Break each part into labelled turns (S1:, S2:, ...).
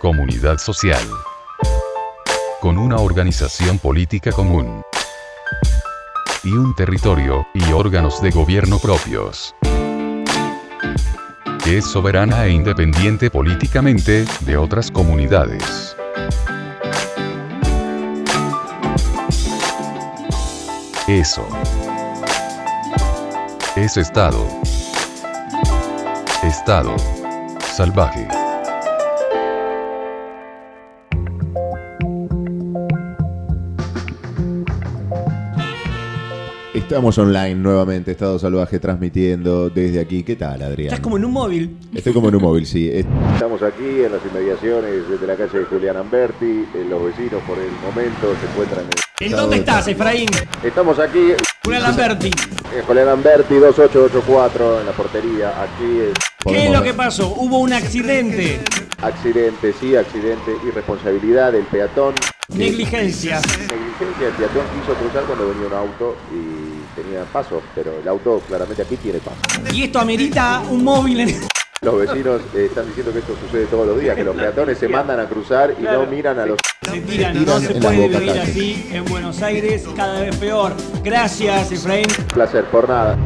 S1: Comunidad social. Con una organización política común. Y un territorio, y órganos de gobierno propios. Que es soberana e independiente políticamente de otras comunidades. Eso. Es Estado. Estado. Salvaje.
S2: Estamos online nuevamente, Estado Salvaje transmitiendo desde aquí. ¿Qué tal, Adrián?
S3: Estás como en un móvil.
S2: Estoy como en un móvil, sí. Estamos aquí en las inmediaciones de la calle de Julián Amberti. Eh, Los vecinos por el momento se encuentran en...
S3: ¿En dónde estás, Efraín?
S2: Estamos aquí
S3: Julián Lamberti.
S2: en Julián Amberti 2884 en la portería. Aquí es...
S3: ¿Qué es lo que pasó? Hubo un accidente.
S2: Accidente, sí, accidente, irresponsabilidad del peatón.
S3: Negligencia.
S2: Negligencia, el peatón quiso cruzar cuando venía un auto y tenía paso, pero el auto claramente aquí tiene paso.
S3: Y esto amerita un móvil en...
S2: Los vecinos eh, están diciendo que esto sucede todos los días, que los peatones se mandan a cruzar y no miran a los...
S3: Se tiran, no se puede vivir así en Buenos Aires, cada vez peor. Gracias, Efraín.
S2: Placer, por nada.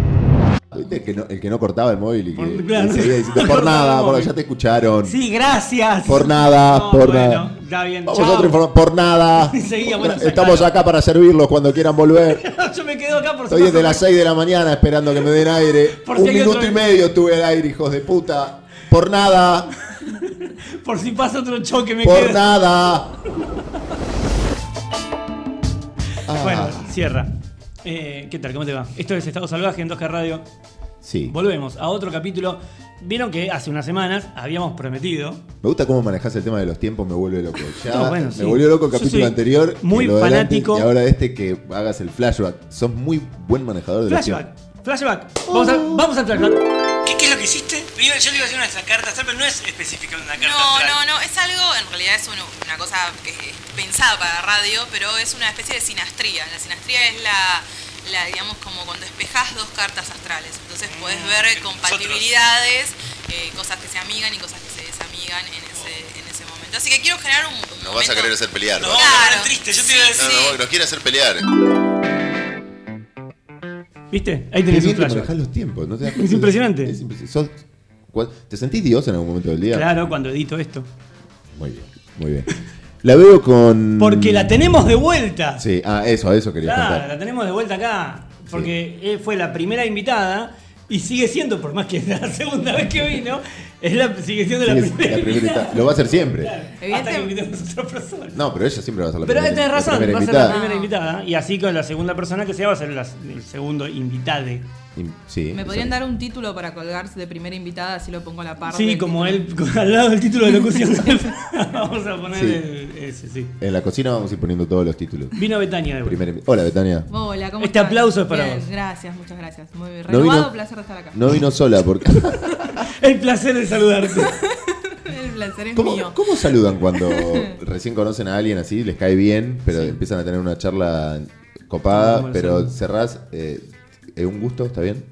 S2: El que, no, el que no cortaba el móvil y que
S3: Por- claro.
S2: y seguía diciendo por nada, por ya te escucharon.
S3: Sí, gracias.
S2: Por nada,
S3: No,
S2: por
S3: bueno,
S2: nada.
S3: Está bien,
S2: Vamos
S3: chao.
S2: a otro informa- por nada.
S3: Y seguía, bueno,
S2: Estamos
S3: sacalo.
S2: acá para servirlos cuando quieran volver.
S3: Yo me quedo acá por
S2: Estoy desde las 6 de la mañana esperando que me den aire.
S3: Por si
S2: Un
S3: hay
S2: minuto
S3: otro-
S2: y medio tuve al aire, hijos de puta. Por nada,
S3: Por si pasa otro choque me
S2: por
S3: quedo.
S2: nada. Ah,
S3: Bueno, cierra. Eh, ¿Qué tal? ¿Cómo te va? Esto es Estado Salvaje en 2K Radio.
S2: sí. Me
S3: Volvemos a otro capítulo. Vieron que hace unas semanas habíamos prometido.
S2: gusta cómo manejas el tema de los tiempos, me vuelve loco. Ya
S3: No, bueno,
S2: me
S3: sí.
S2: volvió loco el
S3: Yo
S2: capítulo
S3: soy
S2: anterior. que
S3: muy
S2: lo de antes,
S3: fanático.
S2: Y ahora este que hagas el flashback. Sos muy buen manejador de los
S3: Flashback.
S2: tiempos.
S3: Flashback. Vamos, a- vamos al flashback. ¿Qué, es lo que hiciste? Yo le iba a hacer una carta astral, pero no es específicamente una carta
S4: No, no, no, es algo, en realidad es uno- una cosa que es pensada para radio, pero es una especie de sinastría. La sinastría es la, la, digamos, como cuando espejas dos cartas astrales. Entonces puedes
S5: Mm,
S4: ver compatibilidades, eh, cosas que se amigan y cosas que se desamigan en ese, en ese momento. Así que quiero generar un. un
S5: Nos Oh. vas a
S4: momento-
S5: querer hacer pelear. ¿no?
S3: No, Claro. triste, yo te iba a
S4: Sí,
S5: No,
S3: decir.
S4: sí.
S5: no, nos quiere hacer pelear.
S3: ¿Viste? Ahí
S2: Qué
S3: tenés un
S2: bien que
S3: flashback.
S2: manejás los tiempos. ¿no te das
S3: Es
S2: cuenta?
S3: impresionante.
S2: Es impresi- sos- cua- ¿Te sentís Dios en algún momento del día?
S3: Claro, cuando edito esto.
S2: Mm. Muy bien, muy bien. La veo con.
S3: Porque la tenemos de vuelta.
S2: Sí, ah, eso, eso quería
S3: Claro,
S2: contar.
S3: la tenemos de vuelta acá. Porque eh, fue la primera invitada y sigue siendo, por más que es la segunda vez que vino, es la, sigue siendo la
S2: Sí, es
S3: primera
S2: la primera
S3: invitada.
S2: invitada. Lo va a hacer siempre.
S3: Claro, Hasta que
S4: Evidente-
S3: invitemos a otra persona.
S2: No, pero ella siempre va a ser la
S3: Pero
S2: primera.
S3: tenés
S2: la
S3: razón,
S2: primera
S3: va a ser la
S2: invitada.
S3: primera invitada. Y así con la segunda persona que sea va a ser la- el segundo invitade.
S2: Y- Sí.
S4: Me podrían dar un título para colgarse de primera invitada, así lo pongo a la par.
S3: Sí,
S4: del
S3: como
S4: título.
S3: él, con- al lado del título de locución. Vamos a poner
S2: Sí.
S3: el- ese, sí.
S2: En la cocina vamos a ir poniendo todos los títulos.
S3: Vino Betania de vuelta.
S2: Primera invi- Hola, Betania.
S4: Hola, ¿cómo
S3: Este
S4: estás?
S3: aplauso es para
S4: Bien,
S3: vos.
S4: Gracias, muchas gracias. Muy bien.
S2: No vino-
S4: Renovado, placer de estar acá.
S2: No vino sola porque.
S3: El placer de saludarte.
S4: El placer es mío.
S2: ¿Cómo, cómo saludan cuando recién conocen a alguien así, les cae bien, pero empiezan a tener una charla copada,
S3: Como el
S2: pero
S3: saludo.
S2: cerrás. eh, eh, un gusto, ¿está bien?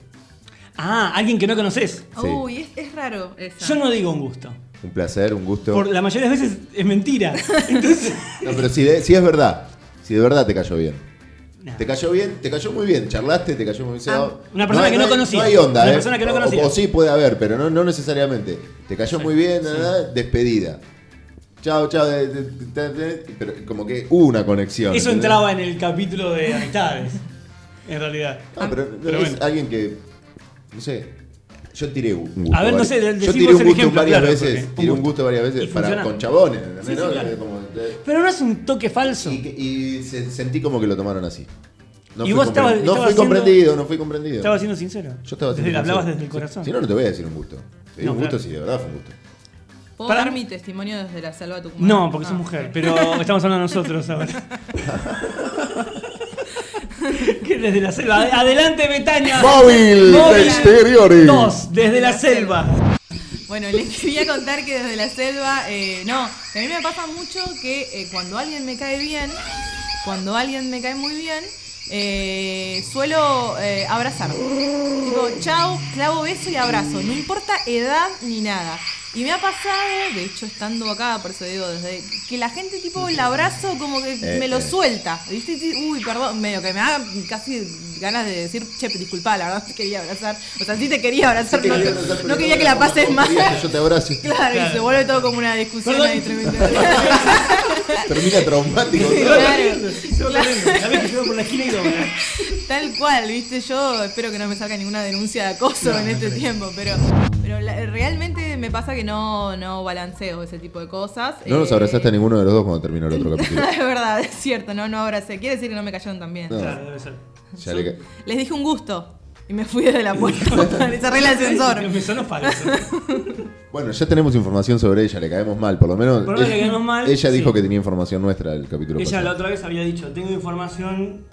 S3: Ah, alguien que no conoces.
S2: Sí.
S4: Uy, es, es raro eso.
S3: Yo no digo un gusto.
S2: Un placer, un gusto.
S3: Por la mayoría de las veces es mentira. Entonces.
S2: No, pero si, de- si es verdad, si de verdad te cayó bien.
S3: Nah.
S2: Te cayó bien, te cayó muy bien, charlaste, te cayó muy bien.
S4: Ah,
S3: una persona
S2: hay-
S3: que no
S2: hay-
S3: conocía.
S2: No hay onda,
S3: Una
S2: ¿eh?
S3: persona que no
S2: O-
S3: conocía.
S2: O, sí puede haber, pero no, no necesariamente. Te cayó muy bien, na, na, na, despedida. Chao, chao. de- de- de- de- de- pero como que hubo una conexión.
S3: Eso
S2: ¿entendés?
S3: entraba en el capítulo de amistades. En realidad.
S2: No, Ah, pero,
S3: Ah, Pero
S2: es
S3: bueno.
S2: alguien que. No sé. Yo tiré un gusto.
S3: A ver, no sé,
S2: varias-
S3: decí
S2: Yo
S3: vos
S2: tiré un
S3: el
S2: gusto
S3: ejemplo,
S2: varias
S3: claro,
S2: veces.
S3: porque-
S2: Tiré
S3: un
S2: un gusto varias veces
S3: Y
S2: para,
S3: funcionaba.
S2: con chabones. ¿entendés?
S3: Sí, sí,
S2: ¿no?
S3: claro.
S2: Como-
S3: Pero no es un toque falso.
S2: Y, y se- sentí como que lo tomaron así. No
S3: Y
S2: fui,
S3: vos
S2: compre-
S3: estabas-
S2: no
S3: estabas
S2: fui
S3: siendo-
S2: comprendido, no fui comprendido.
S3: Estaba siendo sincero.
S2: Yo estaba
S3: desde,
S2: siendo
S3: Hablabas
S2: sincero.
S3: desde el corazón.
S2: Si no, no te voy a decir un gusto. Te digo
S3: No,
S2: un gusto
S3: claro.
S2: si de verdad fue un gusto.
S4: ¿Puedo
S3: Para-
S4: dar mi testimonio desde la selva tucumana?
S3: No, porque
S4: Ah,
S3: sos mujer,
S4: ok.
S3: pero estamos hablando nosotros ahora. que desde la selva. Adelante, Betania.
S2: Móvil de
S3: Móvil
S2: exteriores.
S3: Dos, desde la selva.
S4: Bueno, les quería contar que desde la selva, eh, no, a mí me pasa mucho que eh, cuando alguien me cae bien, cuando alguien me cae muy bien, eh, suelo eh, abrazar. Digo, chau, clavo beso y abrazo. No importa edad ni nada. Y me ha pasado, de hecho estando acá, por eso digo, desde que la gente tipo el abrazo como que
S2: Eh,
S4: me lo
S2: eh.
S4: suelta. ¿Viste? Y sí, Uy, perdón, medio que me da casi ganas de decir, che, disculpa, la verdad te quería abrazar. O sea, sí te quería abrazar, no,
S2: quería
S4: no
S2: abrazar, pero
S4: quería que la
S2: como-
S4: pases
S2: como
S4: mal.
S2: querías que yo te abrace.
S4: Claro, y
S3: Claro.
S4: se vuelve todo como una discusión
S3: Perdón.
S4: ahí tremenda.
S2: Termina traumático.
S4: Claro.
S3: Se va corriendo. La vez que quedó por la esquina y todo.
S4: Tal cual, viste, yo espero que no me salga ninguna denuncia de acoso en este tiempo, pero, pero la- realmente me pasa que no, no balanceo ese tipo de cosas.
S2: No nos
S4: Eh,
S2: abrazaste a ninguno de los dos cuando terminó el otro capítulo.
S4: Es verdad, es cierto, no, no abracé. Quiere decir que no me cayeron tan bien.
S2: No.
S3: Claro, debe ser.
S2: Ya le ca-
S4: Les dije un gusto y me fui desde la puerta. Les cerré el ascensor.
S3: Me sonó falso.
S2: Bueno, ya tenemos información sobre ella, le caemos mal, por lo menos.
S3: Por lo menos
S2: ella,
S3: le caemos mal,
S2: ella dijo
S3: sí.
S2: que tenía información nuestra del capítulo
S3: Ella la
S2: pasado.
S3: otra vez había dicho, tengo información.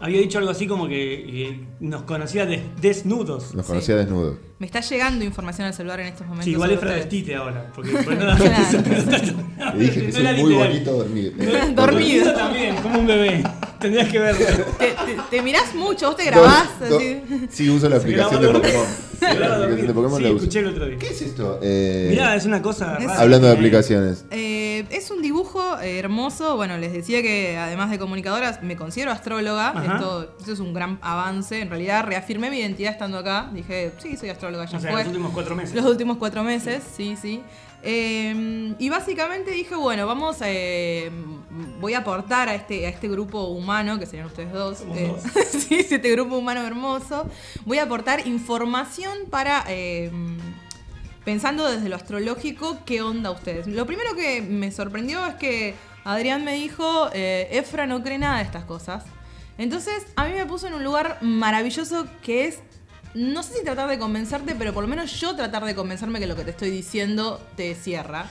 S3: Había dicho algo así como que, que nos conocía de- desnudos.
S2: Nos conocía desnudo.
S4: Me está llegando información al celular en estos momentos.
S3: Sí, igual es
S4: sobre ustedes.
S3: travestite ahora. Porque no
S2: Le dije que
S3: era
S2: es muy
S3: literal.
S2: bonito dormir.
S4: Dormido.
S3: Dormido también, como un bebé. Tendrías que verlo.
S4: Te, te- te mirás mucho, vos te grabás.
S2: Do- do-
S4: así.
S2: Sí, uso la aplicación de
S3: Grabado-
S2: Pokémon. Sí,
S3: Grabado
S2: La aplicación de
S3: dormido.
S2: Pokémon
S3: Sí,
S2: la uso.
S3: escuché el otro día.
S2: ¿Qué es esto? Eh,
S3: Mirá, es una cosa.
S4: Es-
S3: rara.
S2: hablando de
S3: Eh,
S2: aplicaciones.
S4: Eh, es un dibujo eh, hermoso. Bueno, les decía que además de comunicadora, me considero astróloga.
S3: Ajá.
S4: Esto, eso es un gran avance. En realidad, reafirmé mi identidad estando acá. Dije, sí, soy astróloga, ya
S3: O sea,
S4: fue.
S3: los últimos cuatro meses.
S4: pues, Los últimos cuatro meses, sí, sí. Eh, y básicamente dije, bueno, vamos, eh, voy a aportar a este, a este grupo humano, que serían ustedes dos.
S3: Somos
S4: eh,
S3: dos.
S4: sí, sí, este grupo humano hermoso. Voy a aportar información para... eh, pensando desde lo astrológico, ¿qué onda ustedes? Lo primero que me sorprendió es que Adrián me dijo, eh, Efra no cree nada de estas cosas. Entonces, a mí me puso en un lugar maravilloso que es, no sé si tratar de convencerte, pero por lo menos yo tratar de convencerme que lo que te estoy diciendo te cierra.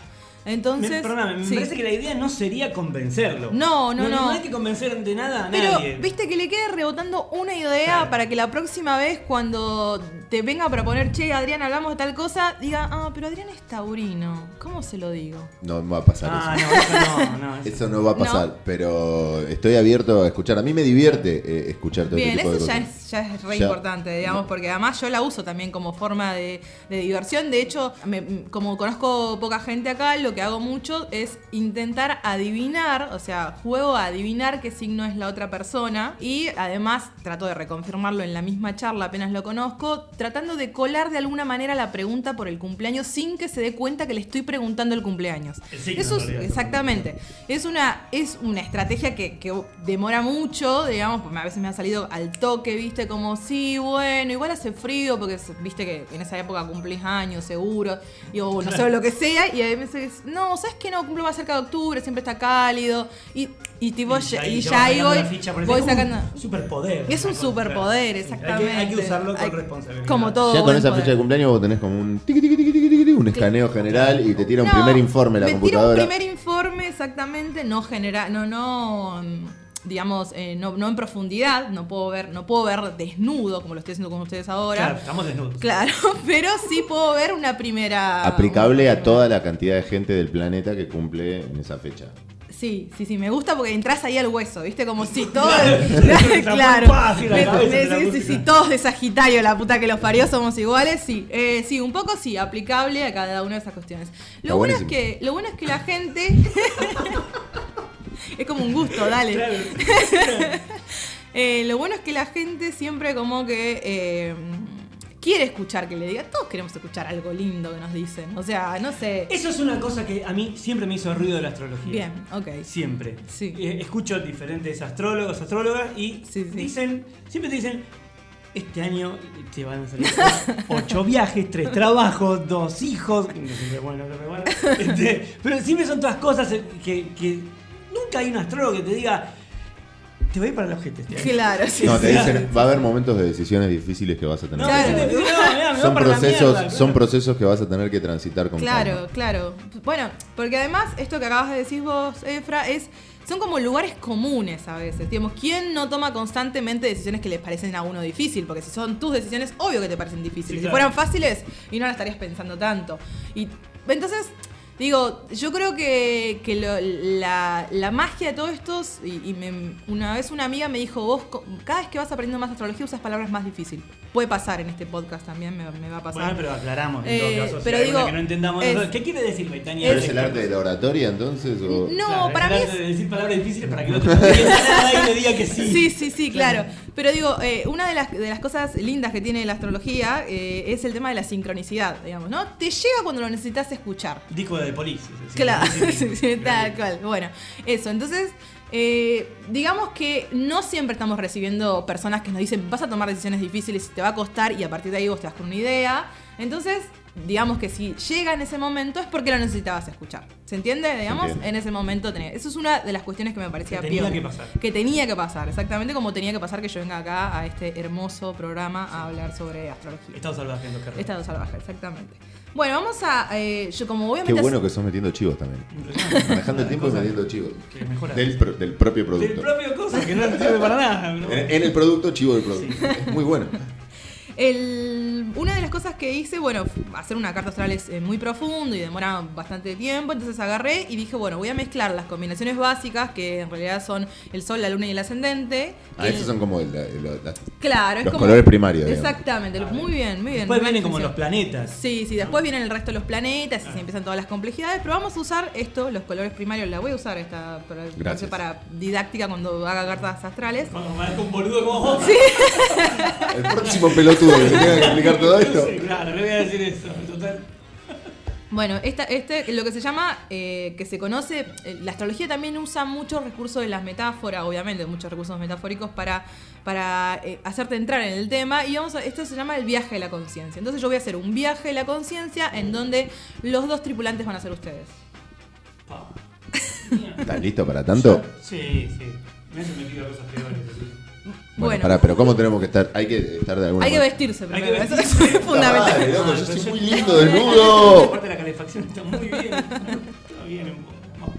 S3: Me,
S4: Entonces,
S3: perdóname, me
S4: sí.
S3: parece que la idea no sería convencerlo.
S4: No, no, no.
S3: No, hay que convencer de nada a
S4: Pero,
S3: nadie.
S4: viste, que le quede rebotando una idea
S3: Claro.
S4: para que la próxima vez cuando te venga a proponer, che, Adrián, hablamos de tal cosa, diga, ah, pero Adrián es taurino. ¿Cómo se lo digo?
S2: No, no va a pasar
S3: Ah,
S2: eso.
S3: no, eso no, no. eso-
S2: Eso no va a pasar, pero estoy abierto a escuchar. A mí me divierte eh, escuchar todo
S4: Bien,
S2: este tipo
S4: eso
S2: de
S4: ya
S2: cosas.
S4: es, ya es re
S2: Ya.
S4: importante, digamos, porque además yo la uso también como forma de, de diversión. De hecho, me- m- como conozco poca gente acá, lo que hago mucho es intentar adivinar, o sea, juego a adivinar qué signo es la otra persona y además trato de reconfirmarlo en la misma charla apenas lo conozco, tratando de colar de alguna manera la pregunta por el cumpleaños sin que se dé cuenta que le estoy preguntando el cumpleaños.
S3: El signo,
S4: Eso
S3: en
S4: es-
S3: realidad.
S4: exactamente. Es una, es una estrategia que, que demora mucho, digamos, porque a veces me ha salido al toque, viste, como sí, bueno, igual hace frío, porque es- viste que en esa época cumplís años, seguro, y o no sé, lo que sea, y a veces, no, ¿sabes que No, cumplo más cerca de octubre, siempre está cálido, y, y tipo, ya- y,
S3: te
S4: ya,
S3: vas
S4: ahí
S3: sacando
S4: voy,
S3: la ficha, por eso
S4: voy
S3: es como
S4: sacando...
S3: Un superpoder.
S4: Es un
S3: una cosa,
S4: superpoder,
S3: claro. Sí, hay que-
S4: exactamente.
S3: Hay que, usarlo con
S4: Hay-
S3: responsabilidad.
S4: Como todo.
S2: Ya con
S4: buen
S2: esa
S4: poder.
S2: fecha de cumpleaños vos tenés como un tiqui, tiqui, tiqui, tiqui, tiqui, un escaneo general y te tira un
S4: No,
S2: primer informe la
S4: me tira
S2: computadora.
S4: un primer informe, exactamente, no genera, no, no, mm, digamos, eh, no, no en profundidad, no puedo ver, no puedo ver desnudo como lo estoy haciendo con ustedes
S3: Claro,
S4: ahora.
S3: estamos desnudos.
S4: Claro, pero sí puedo ver una primera.
S2: Aplicable
S4: una
S2: a
S4: primera-
S2: toda la cantidad de gente del planeta que cumple en esa fecha.
S4: Sí, sí, sí, me gusta porque entras ahí al hueso, ¿viste? Como si todos.
S3: Te la
S4: claro.
S3: pulpa así la
S4: Me-
S3: cabeza,
S4: me-
S3: la
S4: sí, sí,
S3: música.
S4: sí, todos de Sagitario, la puta que los parió, somos iguales, sí. Eh, sí, un poco sí, aplicable a cada una de esas cuestiones.
S2: Está
S4: Lo bueno es
S2: buenísimo.
S4: que, lo bueno es que la gente. es como un gusto, dale.
S3: Claro.
S4: Eh, lo bueno es que la gente siempre como que eh, quiere escuchar que le diga. Todos queremos escuchar algo lindo que nos dicen. O sea, no sé.
S3: Eso es una cosa que a mí siempre me hizo ruido de la astrología.
S4: Bien, ok.
S3: Siempre.
S4: Sí.
S3: Eh, escucho diferentes astrólogos, astrólogas y
S4: Sí, sí.
S3: dicen, siempre te dicen, este año te van a salir ocho viajes, tres trabajos, dos hijos. No siempre bueno, no siempre bueno. Este, pero siempre son todas cosas que, que nunca hay un astrólogo que te diga, te voy para el objeto este año.
S4: Claro, sí.
S2: No, te
S3: Sí.
S2: dicen, va a haber momentos de decisiones difíciles que vas a
S3: No,
S2: tener.
S4: Claro.
S2: que
S3: no,
S2: tomar.
S3: no, mirá, me voy
S2: Son
S3: para la
S2: procesos,
S3: mierda.
S2: son procesos que vas a tener que transitar con
S4: Claro,
S2: calma.
S4: claro. Bueno, porque además esto que acabas de decir vos, Efra, es son como lugares comunes a veces. Digamos, ¿quién no toma constantemente decisiones que les parecen a uno difícil? Porque si son tus decisiones, obvio que te parecen difíciles.
S3: Sí, claro.
S4: Si fueran fáciles y no las estarías pensando tanto. Y entonces, digo, yo creo que, que lo- la, la magia de todo esto, es- y, y me- una vez una amiga me dijo, vos co- cada vez que vas aprendiendo más astrología usas palabras más difíciles. Puede pasar en este podcast también, me, me va a pasar.
S3: Bueno, pero aclaramos en
S4: Eh,
S3: todo caso. si
S4: pero
S3: hay alguna
S4: digo,
S3: que no entendamos
S4: es-
S3: nosotros. ¿Qué quiere decir Betania?
S2: ¿Pero es el arte de la oratoria entonces? o-
S4: No,
S3: Claro, es
S4: para
S3: el
S4: mí
S3: arte
S4: es,
S3: de decir palabras difíciles para que el otro no entienda nada y le diga que sí.
S4: Sí, sí, sí, claro. Pero digo, eh, una de las, de las cosas lindas que tiene la astrología eh, es el tema de la sincronicidad, digamos, ¿no? Te llega cuando lo necesitas escuchar.
S3: Disco de policía. es decir,
S4: Claro,
S3: sí, sí, sí, claro.
S4: tal cual. Bueno, eso. Entonces, eh, digamos que no siempre estamos recibiendo personas que nos dicen, vas a tomar decisiones difíciles, te va a costar y a partir de ahí vos te das con una idea. Entonces, digamos que si llega en ese momento es porque lo necesitabas escuchar. ¿Se entiende? Digamos,
S2: entiende.
S4: en ese momento tenés. Eso es una de las cuestiones que me parecía
S3: Que tenía
S4: piola.
S3: que pasar.
S4: Que tenía que pasar, exactamente como tenía que pasar que yo venga acá a este hermoso programa a hablar sobre astrología.
S3: Estado salvaje en los carros.
S4: Estado salvaje, exactamente. Bueno, vamos a. eh, yo, como
S2: Qué
S4: obviamente.
S2: bueno que sos metiendo chivos también. Manejando el tiempo y
S3: Cosa
S2: metiendo chivos.
S3: que mejora.
S2: Del, pro- del propio
S3: Del
S2: producto. Eh,
S3: propio cosa, que no sirve para nada. ¿no?
S2: En, en el producto, chivo del producto. Es muy bueno.
S4: El- una de las cosas que hice, bueno, f- hacer una carta astral es eh, muy profundo y demora bastante tiempo, entonces agarré y dije, bueno, voy a mezclar las combinaciones básicas, que en realidad son el sol, la luna y el ascendente.
S2: Ah,
S4: que-
S2: esos son como el- el- las-
S4: claro, es
S2: los
S4: como-
S2: colores primarios, digamos.
S4: Exactamente, lo- muy bien, muy bien.
S3: Ah, Después
S4: muy bien
S3: vienen como los
S4: definición.
S3: planetas.
S4: Sí, sí, después vienen el resto de los planetas y se empiezan todas las complejidades, pero vamos a usar esto, los colores primarios, la voy a usar esta para,
S2: Gracias.
S4: para didáctica cuando haga cartas astrales.
S3: Cuando marca un boludo como vos.
S2: El próximo pelotudo que te tenga que explicar todo esto.
S3: Sí, claro, le voy a decir eso. en Total.
S4: Bueno, esta, este lo que se llama, eh, que se conoce, eh, la astrología también usa muchos recursos de las metáforas, obviamente, muchos recursos metafóricos para, para eh, hacerte entrar en el tema. Y vamos a, esto se llama el viaje de la conciencia. Entonces yo voy a hacer un viaje de la conciencia en donde los dos tripulantes van a ser ustedes.
S3: Pa.
S2: ¿Estás listo para tanto?
S3: Sí, sí. Me has metido cosas peores. así.
S4: Bueno,
S2: pará, pero ¿cómo tenemos que estar? Hay que estar de alguna
S4: hay que
S2: manera.
S4: vestirse
S3: Hay que
S4: primero, eso es
S3: vestirse.
S4: fundamental.
S2: Dale, loco,
S3: Ah, pero
S2: yo soy
S3: yo-
S2: muy lindo desnudo.
S3: Aparte la calefacción está muy bien. Está bien un poco. Vamos.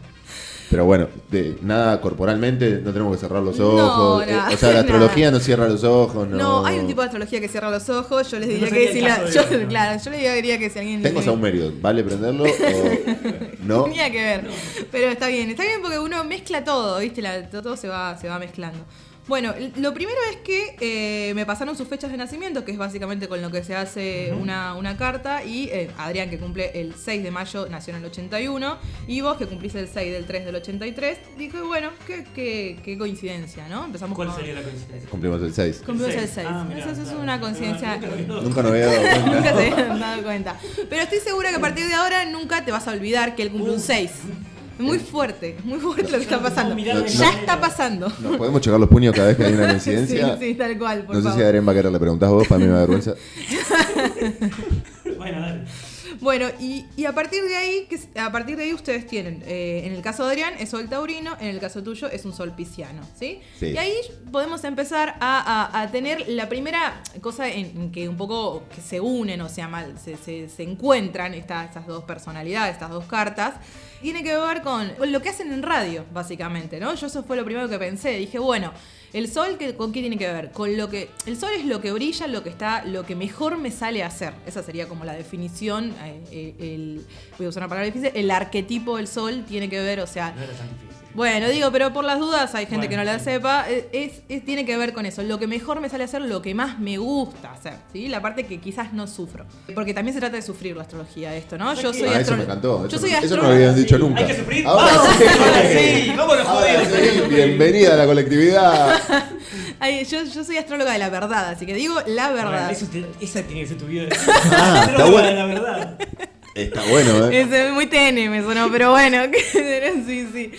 S2: Pero bueno, de, nada corporalmente, no tenemos que cerrar los
S4: No,
S2: ojos. eh,
S4: nada,
S2: o sea, la
S4: nada.
S2: astrología no cierra los ojos. No,
S4: No, hay un tipo de astrología que cierra los ojos, yo les
S3: No
S4: diría
S3: sería
S4: que
S3: el
S4: si la-
S3: caso de
S4: yo,
S3: ellos, ¿no?
S4: claro, yo les diría que si alguien
S2: Tengo
S4: si-
S2: saumerio, ¿vale prenderlo? O... No.
S4: Tenía que ver. Pero está bien, está bien porque uno mezcla todo, ¿viste? La- todo se va, se va mezclando. Bueno, l- lo primero es que eh, me pasaron sus fechas de nacimiento, que es básicamente con lo que se hace una, una carta. Y eh, Adrián, que cumple el 6 de mayo, nació en el 81. Y vos, que cumplís el 6 del 3 del 83. Dije, bueno, qué, qué- qué coincidencia, ¿no? Empezamos
S3: ¿Cuál
S4: con.
S3: sería la coincidencia?
S2: Cumplimos el 6.
S4: Cumplimos el
S3: Seis.
S4: 6.
S3: Ah, mirá,
S4: Eso es
S3: está.
S4: una conciencia.
S3: Nunca lo había-
S2: Nunca nos había dado cuenta.
S4: Nunca se habían dado cuenta. Pero estoy segura que a partir de ahora nunca te vas a olvidar que él cumple un 6. Muy fuerte, muy fuerte lo que está pasando.
S3: Mirá,
S4: Ya
S3: mirá.
S4: está pasando.
S2: ¿Nos podemos chocar los puños cada vez que hay una
S4: Sí,
S2: coincidencia?
S4: sí, tal cual,
S2: No
S4: por
S2: sé si a
S4: favor.
S2: Adrián Vaquera le preguntás vos, para mí me da vergüenza.
S3: Bueno, dale.
S4: Bueno, y, y a partir de ahí, que, s- a partir de ahí ustedes tienen, eh, en el caso de Adrián es sol taurino, en el caso tuyo es un sol pisciano, ¿sí?
S2: Sí.
S4: Y ahí podemos empezar a, a- a tener la primera cosa en, en que un poco que se unen, o sea, mal, se, se- se encuentran esta- estas dos personalidades, estas dos cartas. Tiene que ver con con lo que hacen en radio, básicamente, ¿no? Yo eso fue lo primero que pensé. Dije, bueno, el sol, que, ¿con qué tiene que ver? Con lo que. El sol es lo que brilla, lo que está, lo que mejor me sale a hacer. Esa sería como la definición. eh, eh, el, voy a usar una palabra difícil. El arquetipo del sol tiene que ver, o sea,
S3: No era tan difícil.
S4: bueno, digo, pero por las dudas hay gente
S3: Bueno,
S4: que no la
S3: sí.
S4: sepa. eh, Es, es- tiene que ver con eso. Lo que mejor me sale hacer, lo que más me gusta hacer. ¿sí? La parte que quizás no sufro. Porque también se trata de sufrir la astrología, esto, ¿no? Yo
S3: que-
S4: soy
S2: Ah, eso me
S4: astro-
S2: encantó.
S4: Yo
S2: Eso,
S4: soy
S2: no- eso no lo
S4: astróloga.
S2: habían dicho nunca.
S3: Hay que sufrir.
S2: Ahora
S3: vamos,
S2: sí.
S3: ahora sí, vamos los
S2: Ahora
S3: jodidos.
S2: sí, bienvenida a la colectividad.
S4: Ay, yo, yo soy astróloga de la verdad, así que digo la
S3: Bueno,
S4: verdad.
S3: eso te- esa tiene que ser tu vida.
S2: Ah, está
S3: Pero
S2: bueno.
S3: La verdad.
S2: Está bueno, ¿eh?
S4: Es eh, muy TN me sonó, pero bueno, que- sí, sí.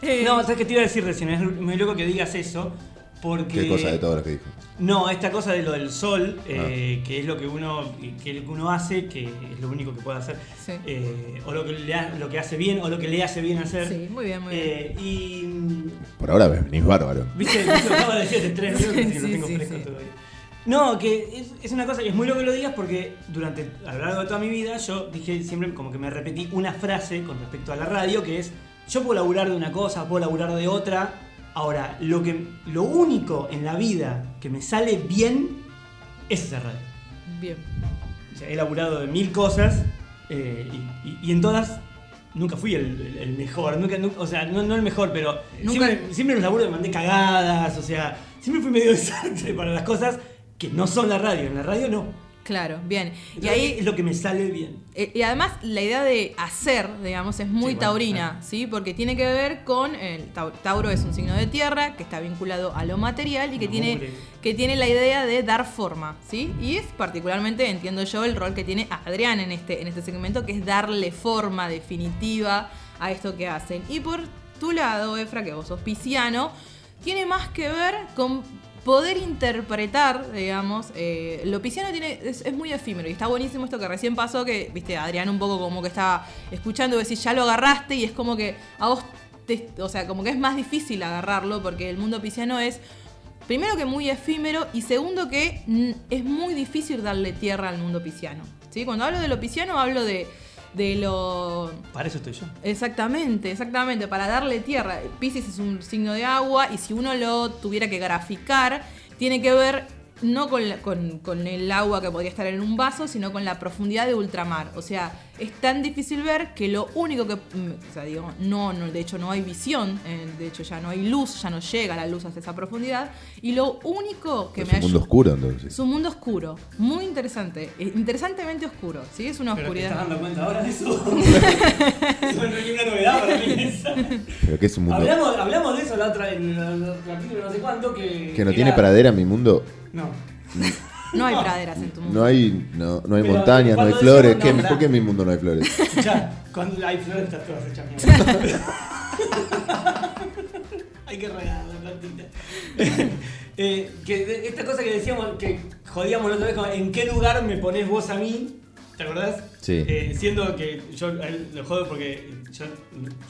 S4: Eh,
S3: No, ¿sabes qué te iba a decir recién? Es muy loco que digas eso. Porque.
S2: Qué cosa de todo Ah. lo que dijo.
S3: No, esta cosa de lo del sol, eh, que es lo que uno que lo que uno hace, que es lo único que puede hacer,
S4: Sí.
S3: eh, o lo que, le ha- lo que hace bien, o lo que le hace bien hacer.
S4: Sí, muy bien, muy
S3: Eh, y mm,
S2: Por ahora venís bárbaro.
S3: viste, viste, lo acabo de decir hace tres
S4: Sí,
S3: minutos y lo
S4: sí,
S3: tengo
S4: sí,
S3: fresco
S4: sí.
S3: todavía. No, que es, es una cosa que es muy loco que lo digas porque durante a lo largo de toda mi vida yo dije siempre como que me repetí una frase con respecto a la radio que es yo puedo laburar de una cosa, puedo laburar de otra. Ahora, lo que lo único en la vida que me sale bien es esa radio.
S4: Bien.
S3: O sea, he laburado de mil cosas eh, y, y- y en todas nunca fui el, el- el mejor. Nunca, nu- o sea, no, no el mejor, pero
S4: Nunca-
S3: siempre, siempre en los laburos me mandé cagadas. O sea, siempre fui medio desastre para las cosas que no son la radio, en la radio no.
S4: Claro, bien. Y
S3: Entonces,
S4: ahí
S3: es lo que me sale bien.
S4: Eh, Y además la idea de hacer, digamos, es muy
S3: Sí, bueno,
S4: taurina,
S3: claro.
S4: ¿sí? Porque tiene que ver con el tau- Tauro es un signo de tierra que está vinculado a lo material y que
S3: No,
S4: tiene
S3: hombre.
S4: que tiene la idea de dar forma, ¿sí? Y es particularmente entiendo yo el rol que tiene Adrián en este en este segmento que es darle forma definitiva a esto que hacen. Y por tu lado, Efra, que vos sos pisciano, tiene más que ver con poder interpretar, digamos, eh, lo pisciano tiene, es, es muy efímero y está buenísimo esto que recién pasó, que, viste, Adrián un poco como que estaba escuchando, decís, ya lo agarraste y es como que a vos, te- o sea, como que es más difícil agarrarlo porque el mundo pisciano es, primero que muy efímero y segundo que mm, es muy difícil darle tierra al mundo pisciano. ¿sí? Cuando hablo de lo pisciano hablo de, de lo...
S3: Para eso estoy yo.
S4: Exactamente, exactamente, para darle tierra. Pisces es un signo de agua y si uno lo tuviera que graficar, tiene que ver no con, la- con- con el agua que podría estar en un vaso, sino con la profundidad de ultramar. O sea, es tan difícil ver que lo único que... mm, O sea, digo, no, no, de hecho no hay visión, eh, de hecho ya no hay luz, ya no llega la luz hasta esa profundidad. Y lo único que
S2: Es
S4: me
S2: un mundo
S4: ayuda...
S2: oscuro, entonces.
S4: Es un mundo oscuro, muy interesante, eh, interesantemente oscuro, ¿sí? Es una
S3: Pero te
S4: oscuridad.
S3: estás dando cuenta ahora de eso. eso no es una novedad para mí. esa.
S2: Pero que es un mundo.
S3: Hablamos, hablamos de eso la otra, en el capítulo no sé cuánto que...
S2: Que no
S3: que
S2: tiene
S3: era-
S2: pradera mi mundo.
S3: No.
S4: No hay praderas en tu mundo.
S2: No hay, no, no hay
S3: Pero
S2: montañas, no hay
S3: cuando
S2: flores.
S3: decimos
S2: ¿Qué-
S3: nombrar-
S2: ¿Por qué en mi mundo no hay flores?
S3: Ya, cuando hay flores está todas hechas mierda. hay que regar la plantita. Eh, que de- esta cosa que decíamos, que jodíamos la otra vez, como, ¿en qué lugar me pones vos a mí? ¿Te acordás?
S2: Sí.
S3: Eh, siendo que yo a él lo jodo porque yo,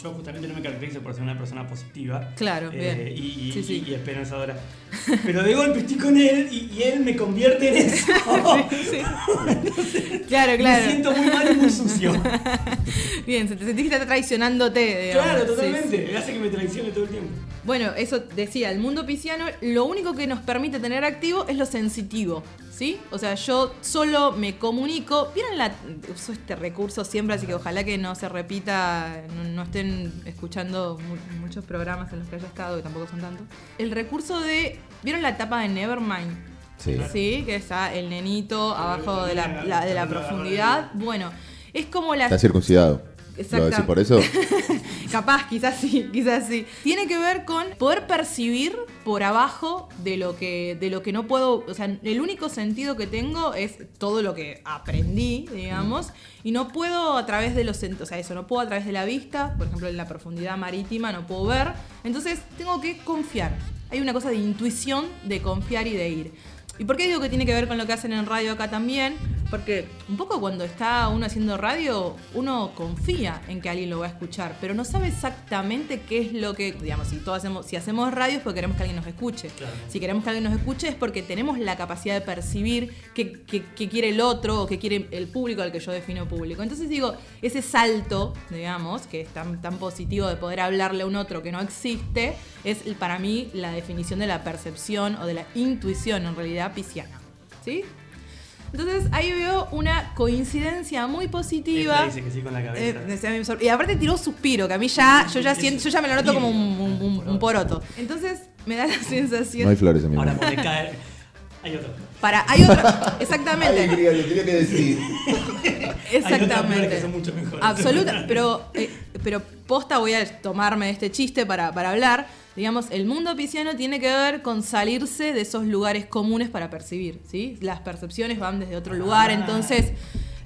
S3: yo justamente no me caracterizo por ser una persona positiva. Eh,
S4: Claro, bien.
S3: Y, y,
S4: Sí, sí.
S3: y- y esperanzadora. Pero de golpe estoy con él y, y él me convierte en eso.
S4: Claro, claro.
S3: Me siento muy mal y muy sucio.
S4: Bien, se- te sentís que está traicionándote. digamos.
S3: Claro,
S4: Sí,
S3: totalmente.
S4: sí.
S3: Hace que me traicione todo el tiempo.
S4: Bueno, eso decía, el mundo pisciano lo único que nos permite tener activo es lo sensitivo, ¿sí? O sea, yo solo me comunico. ¿Vieron la. Uso este recurso siempre, así que ojalá que no se repita, no, no estén escuchando mu- muchos programas en los que haya estado, que tampoco son tantos. El recurso de. ¿Vieron la etapa de Nevermind?
S2: Sí.
S4: Sí, que está el nenito abajo de la,
S3: la-
S4: la- de la
S3: la-
S4: profundidad. Bueno, es como la
S2: Está circuncidado. ¿Lo
S4: Exacta-
S2: decís por eso?
S4: Capaz, quizás sí, quizás sí. Tiene que ver con poder percibir por abajo de lo que, de lo que no puedo. O sea, el único sentido que tengo es todo lo que aprendí, digamos, y no puedo a través de los sentidos. O sea, eso, no puedo a través de la vista, por ejemplo, en la profundidad marítima no puedo ver. Entonces, tengo que confiar. Hay una cosa de intuición, de confiar y de ir. ¿Y por qué digo que tiene que ver con lo que hacen en radio acá también? Porque un poco cuando está uno haciendo radio, uno confía en que alguien lo va a escuchar, pero no sabe exactamente qué es lo que, digamos, si todos hacemos, si hacemos radio es porque queremos que alguien nos escuche. Si queremos que alguien nos escuche es porque tenemos la capacidad de percibir qué, qué- qué quiere el otro o qué quiere el público al que yo defino público. Entonces digo, ese salto, digamos, que es tan, tan positivo de poder hablarle a un otro que no existe, es el- para mí la definición de la percepción o de la intuición en realidad pisciana. ¿Sí? Entonces ahí veo una coincidencia muy positiva.
S3: Ella dice que sí con la
S4: Eh,
S3: cabeza.
S4: decía, me sor- y aparte tiró un suspiro, que a mí ya, yo ya
S3: Es
S4: siento, yo ya me lo noto como un, un- un- un
S3: poroto.
S4: poroto. Entonces me da la sensación.
S2: No hay flores en mi
S3: Ahora
S2: mundo.
S3: pone caer. Hay otro.
S4: Para, hay otra. Exactamente.
S2: lo tenía que decir.
S3: Hay otras flores
S4: Exactamente.
S3: que son mucho mejores.
S4: Absoluta, pero, eh, pero posta voy a tomarme este chiste para, para hablar. Digamos, el mundo pisciano tiene que ver con salirse de esos lugares comunes para percibir, ¿sí? Las percepciones van desde otro lugar,
S3: Ah.
S4: entonces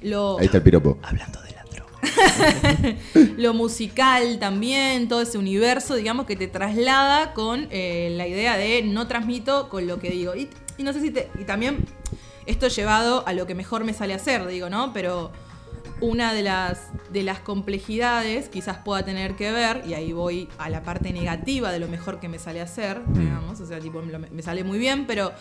S4: lo,
S2: Ahí está el piropo.
S3: Hablando de la droga.
S4: lo musical también, todo ese universo, digamos, que te traslada con eh, la idea de no transmito con lo que digo. Y, y no sé si te. Y también esto llevado a lo que mejor me sale hacer, digo, ¿no? Pero una de las, de las complejidades quizás pueda tener que ver, y ahí voy a la parte negativa de lo mejor que me sale hacer, digamos, o sea, tipo, me, lo- me sale muy bien, pero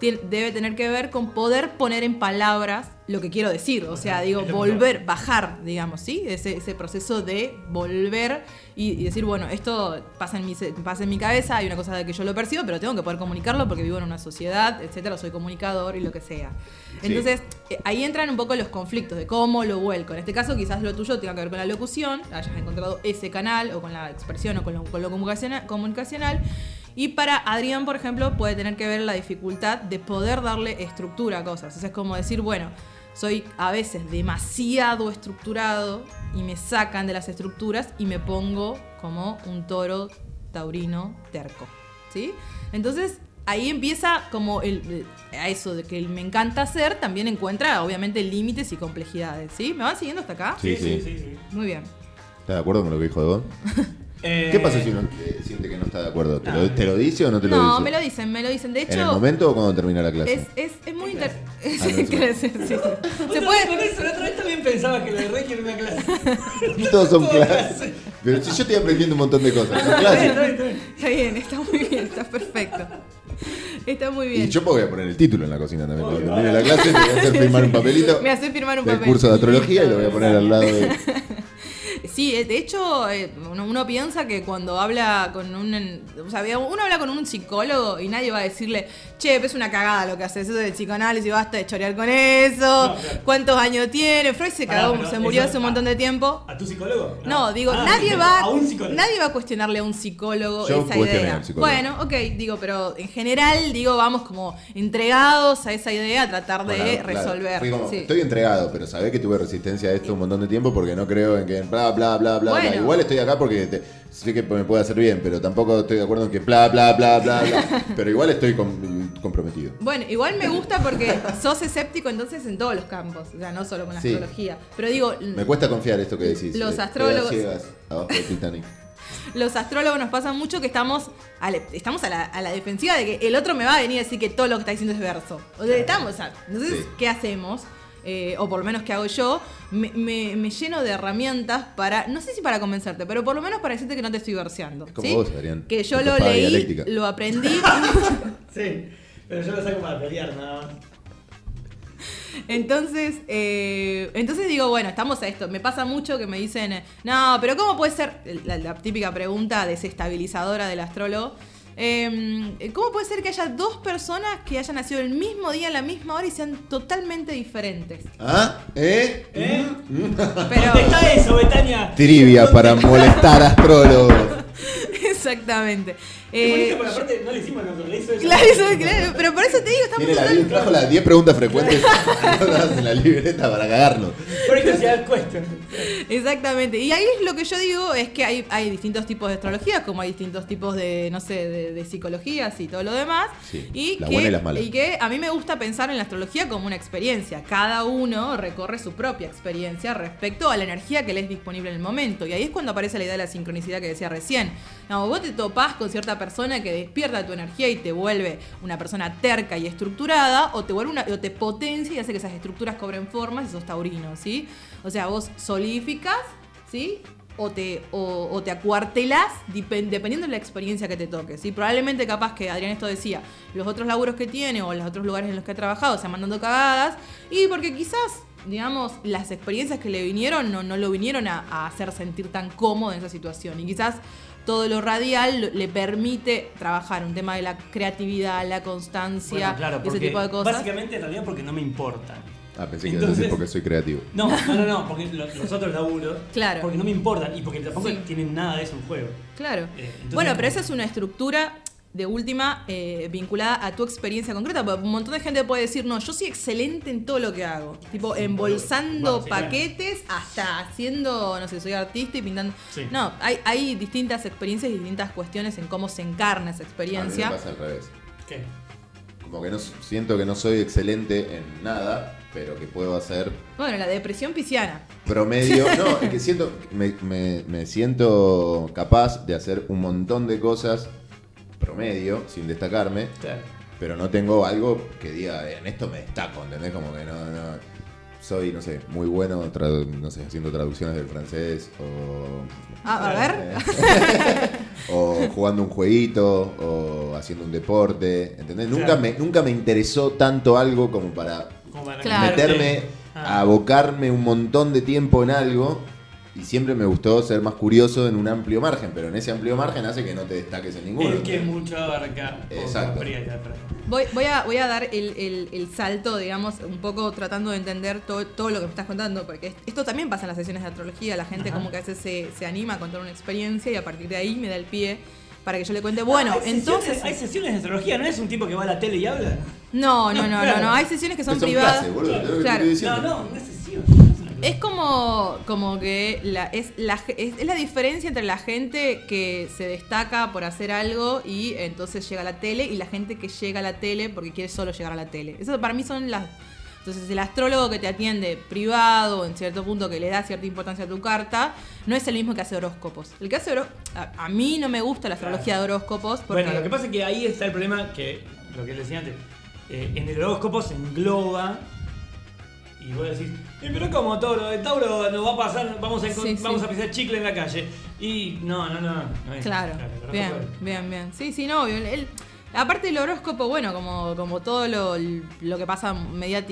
S4: tien- debe tener que ver con poder poner en palabras lo que quiero decir, o sea, digo,
S3: es lo
S4: volver, bajar, digamos, ¿sí? Ese, ese proceso de volver y, y decir, bueno, esto pasa en, mi, ce- pasa en mi cabeza, hay una cosa de que yo lo percibo, pero tengo que poder comunicarlo porque vivo en una sociedad, etcétera, soy comunicador y lo que sea.
S2: Sí.
S4: Entonces, eh, ahí entran un poco los conflictos de cómo lo vuelco. En este caso, quizás lo tuyo tenga que ver con la locución, hayas encontrado ese canal o con la expresión o con lo, con lo comunicaciona- comunicacional. Y para Adrián, por ejemplo, puede tener que ver la dificultad de poder darle estructura a cosas. O sea, es como decir, bueno, soy a veces demasiado estructurado y me sacan de las estructuras y me pongo como un toro taurino terco. ¿Sí? Entonces, ahí empieza como el, eh, a eso de que el me encanta hacer, también encuentra obviamente límites y complejidades. ¿Sí? ¿Me van siguiendo hasta acá?
S2: Sí, sí.
S4: Muy bien.
S2: ¿Estás de acuerdo con lo que dijo Don?
S3: Eh,
S2: ¿Qué pasa si uno eh, siente que no está de acuerdo? ¿Te lo, te lo dice o no te lo dice?
S4: No, me lo dicen, me lo dicen. De
S2: ¿En el
S4: hecho,
S2: momento o cuando termina la clase?
S4: es, es, es muy interesante.
S2: Ah, no, es una-
S4: Se
S3: Otra vez
S4: puede.
S3: con eso, la otra vez también pensaba que lo de Rey era una clase.
S2: Todos son
S3: Todas.
S2: clases. Pero si yo estoy aprendiendo un montón de cosas. Son
S4: Está bien,
S2: clases.
S4: está bien, está bien, está muy bien, está perfecto. Está muy bien.
S2: Y yo voy a poner el título en la cocina también. Cuando
S3: Obvio.
S2: termine la clase, te voy a hacer firmar un papelito
S4: Me hace firmar un
S2: del
S4: papel.
S2: curso de astrología y lo voy a poner al lado de.
S4: Sí, eh, de hecho, eh, uno, uno piensa que cuando habla con un. O sea, uno habla con un psicólogo y nadie va a decirle, che, pero es una cagada lo que haces, eso del psicoanálisis, basta de chorear con eso,
S3: No, claro.
S4: cuántos años tiene. Freud se
S3: Pará,
S4: cagó,
S3: pero
S4: se murió
S3: eso-
S4: hace un montón de tiempo.
S3: ¿A tu psicólogo?
S4: No, digo,
S3: Ah,
S4: nadie, va,
S3: A un psicólogo.
S4: nadie va a cuestionarle a un psicólogo
S2: Yo
S4: esa
S2: cuestioné
S4: idea.
S2: al psicólogo.
S4: Bueno, ok, digo, pero en general, digo, vamos como entregados a esa idea, a tratar de
S2: Bueno, claro.
S4: resolver.
S2: Fui como,
S4: sí.
S2: Estoy entregado, pero sabés que tuve resistencia a esto un montón de tiempo porque no creo en que bla, bla, bla, bla,
S4: Bueno.
S2: bla. Igual estoy acá porque te- sé que me puede hacer bien, pero tampoco estoy de acuerdo en que bla, bla, bla, bla, bla. Pero igual estoy com- comprometido.
S4: Bueno, igual me gusta porque sos escéptico entonces en todos los campos, o sea, no solo con la
S2: Sí.
S4: astrología. Pero digo,
S2: Me cuesta confiar esto que decís.
S4: Los
S2: eh,
S4: astrólogos-
S2: ciegas abajo del Titanic.
S4: los astrólogos nos pasa mucho que estamos a la, estamos a la, a la defensiva de que el otro me va a venir a decir que todo lo que está diciendo es verso. O sea, estamos, o sea, entonces,
S2: Sí.
S4: ¿qué hacemos? Eh, o por lo menos qué hago yo, me, me- me lleno de herramientas para, no sé si para convencerte, pero por lo menos para decirte que no te estoy verseando.
S2: como
S4: ¿sí?
S2: vos, Adrián,
S4: Que yo
S2: tu
S4: lo
S2: papada
S4: leí,
S2: dialéctica.
S4: lo aprendí.
S3: Sí, pero yo lo saco para pelear nada más.
S4: Entonces, eh, entonces digo, bueno, estamos a esto. Me pasa mucho que me dicen, eh, no, pero ¿cómo puede ser? La, la típica pregunta desestabilizadora del astrólogo. eh, ¿Cómo puede ser que haya dos personas que hayan nacido el mismo día, a la misma hora y sean totalmente diferentes?
S2: ¿Ah? ¿Eh?
S3: ¿Eh?
S4: Mm, Pero,
S3: ¿Dónde está eso, Betania?
S2: Trivia para molestar astrólogos.
S4: exactamente.
S3: Qué
S4: Eh,
S3: bonito, pero aparte no le hicimos nosotros, le hizo ella.
S4: claro, eso- claro, pero por eso te digo, estamos
S2: Tiene la,
S4: total-
S2: trajo las 10 preguntas frecuentes anotadas en la libreta para cagarnos.
S3: Porque se da cuestión.
S4: Exactamente. Y ahí es lo que yo digo es que hay, hay distintos tipos de astrología, como hay distintos tipos de, no sé, de, de psicologías y todo lo demás.
S2: Sí,
S4: y,
S2: las
S4: que,
S2: buenas y las malas.
S4: y que a mí me gusta pensar en la astrología como una experiencia. Cada uno recorre su propia experiencia respecto a la energía que le es disponible en el momento. Y ahí es cuando aparece la idea de la sincronicidad que decía recién. No, vos te topás con cierta persona que despierta tu energía y te vuelve una persona terca y estructurada, o te vuelve una, o te potencia y hace que esas estructuras cobren formas y sos taurino, ¿sí? O sea, vos solidificas ¿sí? O te, o, o te acuartelás depen- dependiendo de la experiencia que te toque. ¿sí? Probablemente capaz que Adrián esto decía, los otros laburos que tiene o los otros lugares en los que ha trabajado se han mandando cagadas. Y porque quizás, digamos, las experiencias que le vinieron no, no lo vinieron a, a hacer sentir tan cómodo en esa situación. Y quizás todo lo radial lo- le permite trabajar un tema de la creatividad, la constancia,
S3: Bueno, claro,
S4: y ah, ese
S3: porque
S4: tipo de cosas.
S3: Básicamente en realidad porque no me importan.
S2: Ah, pensé que ibas a decir
S3: Entonces-
S2: porque soy creativo.
S3: No, no, no, no, porque lo- los otros laburos.
S4: Claro.
S3: Porque no me importan y porque tampoco
S4: Sí.
S3: tienen nada de eso en juego.
S4: Claro.
S3: Eh, entonces-
S4: bueno, pero esa es una estructura de última eh, vinculada a tu experiencia concreta. Porque un montón de gente puede decir, no, yo soy excelente en todo lo que hago. Tipo, embolsando
S3: Bueno, sí, claro.
S4: paquetes hasta haciendo, no sé, soy artista y pintando.
S3: Sí.
S4: No, hay, hay distintas experiencias y distintas cuestiones en cómo se encarna esa
S2: A mí me
S4: experiencia.
S2: pasa al revés.
S3: ¿Qué?
S2: Como que no siento que no soy excelente en nada, pero que puedo hacer
S4: Bueno, la depresión pisciana.
S2: promedio. No, es que siento, me, me- me siento capaz de hacer un montón de cosas promedio, sin destacarme,
S3: Claro.
S2: pero no tengo algo que diga, "Eh, en esto me destaco, ¿entendés? Como que no, no. Soy, no sé, muy bueno, tradu- no sé, haciendo traducciones del francés o
S4: Ah, a ver.
S2: o jugando un jueguito, o haciendo un deporte, ¿entendés? Nunca,
S3: Claro.
S2: me, nunca me interesó tanto algo como para
S3: Como para
S4: Claro.
S2: meterme,
S3: Ah.
S2: a abocarme un montón de tiempo en algo. Y siempre me gustó ser más curioso en un amplio margen, pero en ese amplio margen hace que no te destaques en ninguno.
S3: El que mucho abarca. poco
S2: Exacto.
S3: aprieta, pero-
S4: Voy, voy, a, voy a dar el, el- el salto, digamos, un poco tratando de entender todo, todo lo que me estás contando, porque es- esto también pasa en las sesiones de astrología, la gente
S3: Ajá.
S4: como que a veces se, se anima a contar una experiencia y a partir de ahí me da el pie para que yo le cuente, bueno,
S3: Ah, Hay sesiones-
S4: entonces...
S3: Hay sesiones de astrología, ¿no es un tipo que va a la tele y habla?
S4: No, no,
S3: No,
S4: no, no,
S3: claro.
S4: no, hay sesiones que son,
S2: Son
S4: privadas.
S2: clases, boludo, es lo que te
S4: Claro.
S2: estoy
S3: No,
S2: diciendo.
S3: no, no es sesión. es una clase.
S4: Es como, como que la, es, la, ge- es, es la diferencia entre la gente que se destaca por hacer algo y entonces llega a la tele y la gente que llega a la tele porque quiere solo llegar a la tele. Eso para mí son las... Entonces el astrólogo que te atiende privado o en cierto punto que le da cierta importancia a tu carta, no es el mismo que hace horóscopos. El que hace horóscopos... A, a mí no me gusta la astrología de horóscopos porque... eh,
S3: Bueno, lo que pasa es que ahí está el problema que, lo que les decía antes, eh, en el horóscopo se engloba y vos decís, "Eh, pero como Tauro, de Tauro nos va a pasar, vamos a, encon-
S4: Sí, sí.
S3: vamos a pisar chicle en la calle. Y no, no, no, no es.
S4: Claro,
S3: el horóscopo
S4: bien,
S3: es-
S4: bien, bien. Sí, sí, no, obvio. El- el- aparte del horóscopo, bueno, como, como todo lo, lo que pasa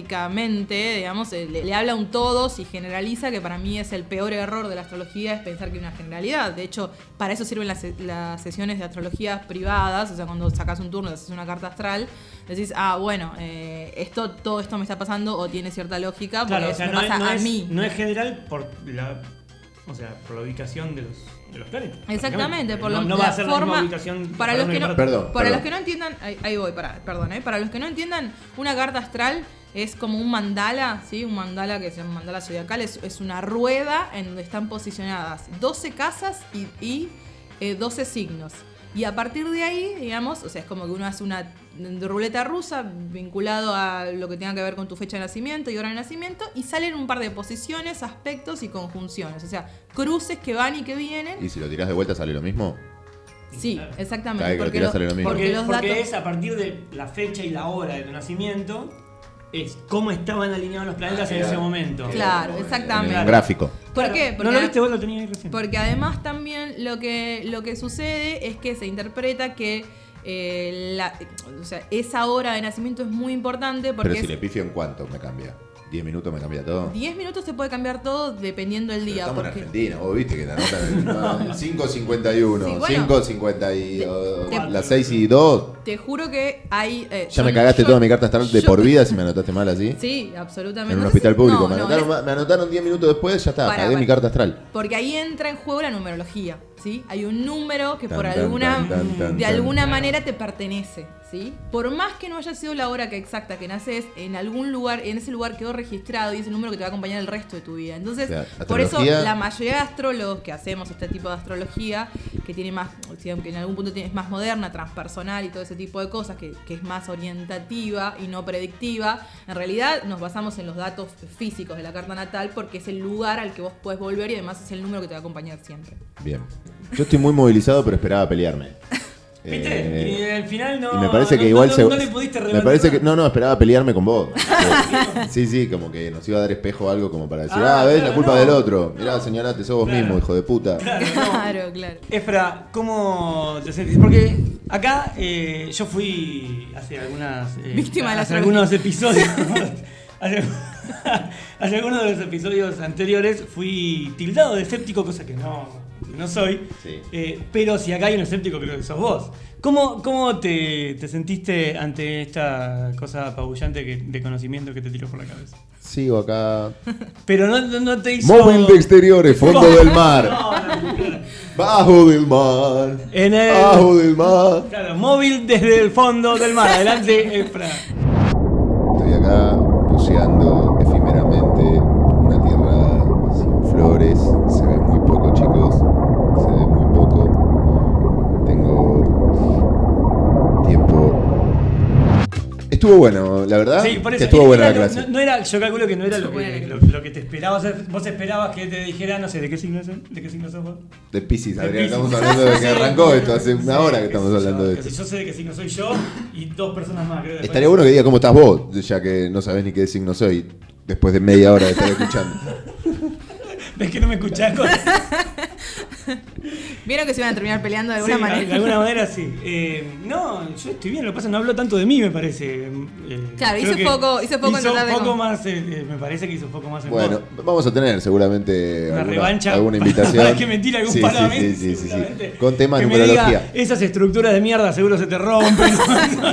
S4: mediáticamente, digamos, eh, le, le habla un todos y generaliza, que para mí es el peor error de la astrología, es pensar que hay una generalidad. De hecho, para eso sirven las, se- las sesiones de astrología privadas, o sea, cuando sacas un turno, haces una carta astral, decís, ah, bueno, eh, esto, todo esto me está pasando o tiene cierta lógica, porque
S3: Claro, o
S4: eso
S3: sea,
S4: me
S3: no, es,
S4: pasa
S3: no
S4: a
S3: es-
S4: mí.
S3: no es general por la, o sea, por la ubicación de los, de los planetas.
S4: Exactamente, por lo
S3: no,
S4: menos
S3: no va a ser la misma ubicación
S4: para los
S3: uno y
S4: que no,
S3: para otro.
S2: Perdón,
S4: para
S2: perdón.
S4: los que no entiendan, ahí, ahí voy, para, perdón, ¿eh? para los que no entiendan, una carta astral es como un mandala, ¿sí? Un mandala que se llama mandala zodiacal, es, es una rueda en donde están posicionadas 12 casas y, y, eh, 12 signos. Y a partir de ahí, digamos, o sea, es como que uno hace una ruleta rusa vinculado a lo que tenga que ver con tu fecha de nacimiento y hora de nacimiento, y salen un par de posiciones, aspectos y conjunciones, o sea, cruces que van y que vienen.
S2: ¿Y si lo tirás de vuelta sale lo mismo?
S4: Sí,
S3: Claro.
S4: exactamente.
S2: Cada vez que lo
S4: porque
S2: tiras
S4: lo-
S2: sale lo mismo.
S4: porque
S3: Porque,
S4: los
S3: porque
S4: datos.
S3: es a partir de la fecha y la hora de tu nacimiento, es cómo estaban alineados los planetas
S2: Ah,
S3: en
S2: claro.
S3: ese momento.
S4: Claro,
S2: En
S4: exactamente.
S2: el gráfico.
S4: ¿Por qué?
S3: no
S4: Porque,
S3: lo viste, vos lo tenías ahí recién.
S4: porque además también lo que, lo que sucede es que se interpreta que eh, la- o sea, esa hora de nacimiento es muy importante porque
S2: Pero si
S4: es-
S2: le pifio, ¿en cuánto me cambia? ¿10 minutos me cambia todo?
S4: 10 minutos se puede cambiar todo dependiendo del
S2: Pero
S4: día.
S2: Estamos en
S4: porque-
S2: Argentina, vos viste que la nota es- no, 5.51,
S4: Sí, bueno.
S2: 5.50 y oh,
S4: te-
S2: las 6 y 2.
S4: Te juro que hay. eh,
S2: Ya
S4: yo-
S2: me cagaste
S4: yo-
S2: toda mi carta astral de
S4: yo-
S2: por vida si me anotaste mal así.
S4: Sí, absolutamente.
S2: en un
S4: Entonces,
S2: hospital público.
S4: no,
S2: me,
S4: no,
S2: anotaron,
S4: es-
S2: me anotaron 10 minutos después, ya está,
S4: Pará,
S2: pagué mi
S4: pará.
S2: carta astral.
S4: Porque ahí entra en juego la numerología, ¿sí? Hay un número que por
S2: Tan, tan,
S4: alguna
S2: tan, tan, tan,
S4: de
S2: tan.
S4: alguna manera te pertenece, ¿sí? Por más que no haya sido la hora que exacta que naces, en algún lugar, en ese lugar quedó registrado y es el número que te va a acompañar el resto de tu vida. Entonces,
S2: O sea,
S4: por eso
S2: astrología-
S4: la mayoría de astrólogos que hacemos este tipo de astrología, que tiene más, o sea, que en algún punto tiene- es más moderna, transpersonal y todo ese tipo de cosas, que, que es más orientativa y no predictiva, en realidad nos basamos en los datos físicos de la carta natal porque es el lugar al que vos puedes volver y además es el número que te va a acompañar siempre.
S2: Bien. Yo estoy muy movilizado, pero esperaba pelearme.
S3: ¿Viste?
S2: Eh,
S3: y al final no.
S2: y me parece que
S3: no-
S2: igual
S3: no-
S2: se.
S3: no le pudiste
S2: me
S3: rebatir
S2: parece que.
S3: nada.
S2: No, no, esperaba pelearme con vos. Sí, sí, como que nos iba a dar espejo o algo como para decir, ah,
S3: Ah,
S2: ves, la
S3: claro,
S2: culpa
S3: no.
S2: del otro. Mirá, señalate, sos vos
S3: Claro.
S2: mismo, hijo de puta.
S3: Claro, no.
S4: Claro, claro.
S3: Efra, ¿cómo te sentís? Porque acá eh, yo fui hace algunas. eh,
S4: Víctima de la
S3: hace
S4: astrología.
S3: algunos episodios. hace, hace algunos de los episodios anteriores fui tildado de escéptico, cosa que no, no soy.
S2: Sí.
S3: Eh, pero si acá hay un escéptico, creo que sos vos. ¿Cómo, cómo te, te sentiste ante esta cosa apabullante que- de conocimiento que te tiró por la cabeza?
S2: Sigo acá.
S3: Pero no, no- no te hizo.
S2: Móvil de exteriores, fondo
S3: No,
S2: del mar.
S3: no, no, claro.
S2: Bajo del mar.
S3: En el-
S2: Bajo del mar.
S3: Claro, móvil desde el fondo del mar. Adelante, Efra.
S2: Estoy acá buceando efímeramente una tierra sin flores. Se ve muy poco, chicos. Se ve muy poco. Tengo tiempo. Estuvo bueno, la verdad.
S3: Sí, por
S2: Ah, que
S3: eso.
S2: estuvo buena la
S3: Era-
S2: clase.
S3: No, no era, yo calculo que no era lo
S4: Estuvo
S3: que,
S4: buena.
S3: lo, lo que te esperabas. Vos esperabas que te dijera, no sé, ¿de qué signo, son- de qué signo sos vos?
S2: De Pisces,
S3: De
S2: Adrián,
S3: Piscis.
S2: estamos hablando de que
S3: Sí.
S2: arrancó esto. Hace una
S3: Sí,
S2: hora que
S3: qué
S2: estamos
S3: sé
S2: hablando
S3: yo,
S2: de
S3: qué sé
S2: esto.
S3: Yo sé de qué signo soy yo y dos personas más. creo que
S2: Estaría bueno que diga cómo estás vos, ya que no sabés ni qué signo soy, después de media hora de estar escuchando.
S3: Es que no me escuchás. con-
S4: Vieron que se iban a terminar peleando de
S3: Sí,
S4: alguna
S3: de-
S4: manera.
S3: De alguna manera sí. Eh, no, yo estoy bien, lo que pasa es que no hablo tanto de mí, me parece. Eh,
S4: Claro,
S3: creo
S4: hizo
S3: que
S4: foco- hizo foco en tratar de
S3: poco
S4: con-
S3: más, eh, eh, me parece que hizo un poco más en
S2: Bueno,
S3: vos.
S2: vamos a tener seguramente
S3: Una
S2: alguna,
S3: revancha.
S2: alguna
S3: para-
S2: invitación.
S3: Para que me tire algún
S2: sí,
S3: palo a mí,
S2: sí, sí, sí, sí,
S3: seguramente.
S2: Con tema de
S3: Que me
S2: numerología.
S3: diga, Esas estructuras de mierda seguro se te rompen.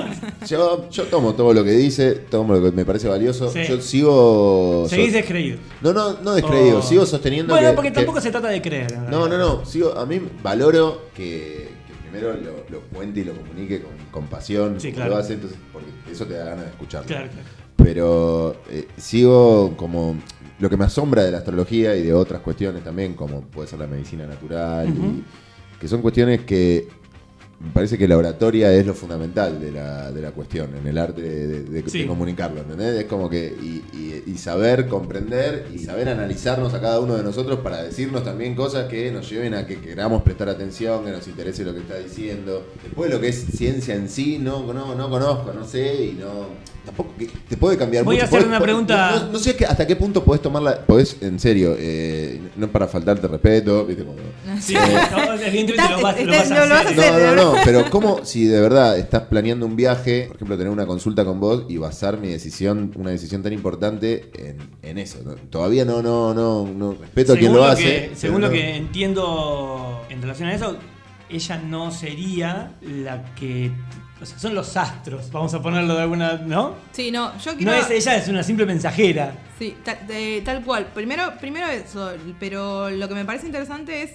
S2: Yo, yo tomo todo lo que dice, tomo lo que me parece valioso.
S3: Sí.
S2: Yo sigo. so-
S3: Seguís descreído.
S2: no, no, no descreído,
S3: O-
S2: sigo sosteniendo
S3: Bueno,
S2: que-
S3: porque
S2: que-
S3: tampoco se trata de creer. en
S2: No,
S3: realidad.
S2: no, no. Sigo, a mí valoro que, que primero lo, lo cuente y lo comunique con, con pasión,
S3: Sí,
S2: como
S3: claro.
S2: lo hace, entonces, porque eso te da ganas de escucharlo.
S3: Claro, claro.
S2: Pero eh, sigo como. Lo que me asombra de la astrología y de otras cuestiones también, como puede ser la medicina natural, y-
S3: Ujú.
S2: que son cuestiones que. Me parece que la oratoria es lo fundamental de la, de la cuestión, en el arte de, de- de- de
S3: Sí.
S2: comunicarlo, ¿entendés? Es como que. Y, y- y saber comprender y saber analizarnos a cada uno de nosotros para decirnos también cosas que nos lleven a que queramos prestar atención, que nos interese lo que está diciendo. Después, lo que es ciencia en sí, no, no, no conozco, no sé, y no. Tampoco. que- Te puede cambiar
S3: Voy a
S2: mucho,
S3: hacer
S2: podés-
S3: una
S2: podés-
S3: pregunta-
S2: No, no- no sé que- hasta qué punto podés tomarla. Podés, en serio, eh, no para faltarte respeto, ¿viste? Como-
S3: Sí, no, evidentemente lo vas, lo vas
S4: Lo- lo
S3: a
S4: vas a
S3: hacer.
S4: hacer.
S2: Eh, no, no, no, pero ¿cómo si de verdad estás planeando un viaje, por ejemplo, tener una consulta con vos y basar mi decisión, una decisión tan importante en, en eso? ¿no? Todavía no, no, no, no, respeto a quien lo, hace.
S3: que-
S2: pero
S3: según lo
S2: no-
S3: que entiendo en relación a eso, ella no sería la que. O sea, son los astros, vamos a ponerlo de alguna. ¿No?
S4: Sí, no, yo quiero.
S3: No es ella, es una simple mensajera.
S4: Sí, ta- de- tal cual. Primero, primero eso, pero lo que me parece interesante es,